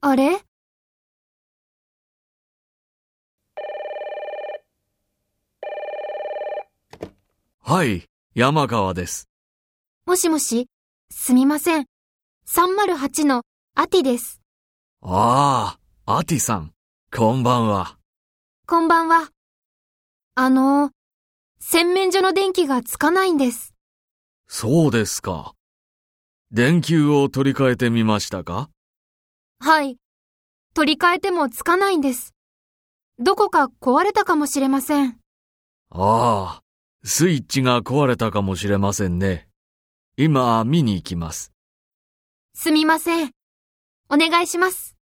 あれはい、山川です。もしもしすみません。308のアティです。ああ、アティさん、こんばんは。こんばんは。あのー、洗面所の電気がつかないんです。そうですか。電球を取り替えてみましたかはい。取り替えてもつかないんです。どこか壊れたかもしれません。ああ、スイッチが壊れたかもしれませんね。今、見に行きます。すみません。お願いします。